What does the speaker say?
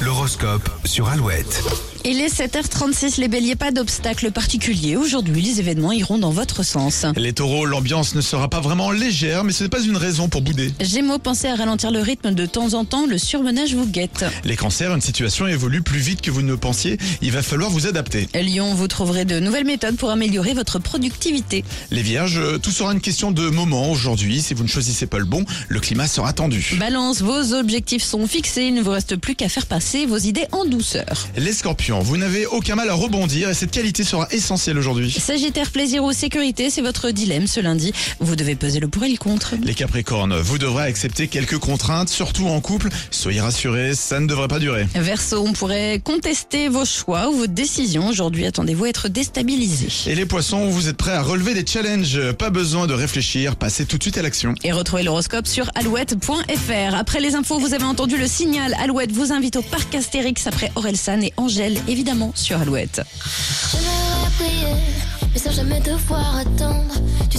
L'horoscope sur Alouette. Il est 7h36, les béliers, pas d'obstacle particulier. Aujourd'hui, les événements iront dans votre sens. Les taureaux, l'ambiance ne sera pas vraiment légère, mais ce n'est pas une raison pour bouder. Gémeaux, pensez à ralentir le rythme de temps en temps, le surmenage vous guette. Les cancers, une situation évolue plus vite que vous ne pensiez, il va falloir vous adapter. Lyon, vous trouverez de nouvelles méthodes pour améliorer votre productivité. Les vierges, euh, tout sera une question de moment aujourd'hui, si vous ne choisissez pas le bon, le climat sera tendu. Balance, vos objectifs sont fixés, il ne vous reste plus qu'à faire passer vos idées en douceur. Les scorpions, vous n'avez aucun mal à rebondir et cette qualité sera essentielle aujourd'hui. Sagittaire, plaisir ou sécurité, c'est votre dilemme ce lundi. Vous devez peser le pour et le contre. Les capricornes, vous devrez accepter quelques contraintes, surtout en couple, soyez rassurés, ça ne devrait pas durer. Verseau, on pourrait contester vos choix ou vos décisions. Aujourd'hui, attendez-vous à être déstabilisé. Et les poissons, vous êtes prêts à relever des challenges, pas besoin de réfléchir, passez tout de suite à l'action. Et retrouvez l'horoscope sur alouette.fr. Après les infos, vous avez entendu le signal. Alouette vous invite au parc Astérix après Orelsan et Angèle, évidemment, sur Alouette. J'aimerais prier, mais sans jamais devoir attendre. Tu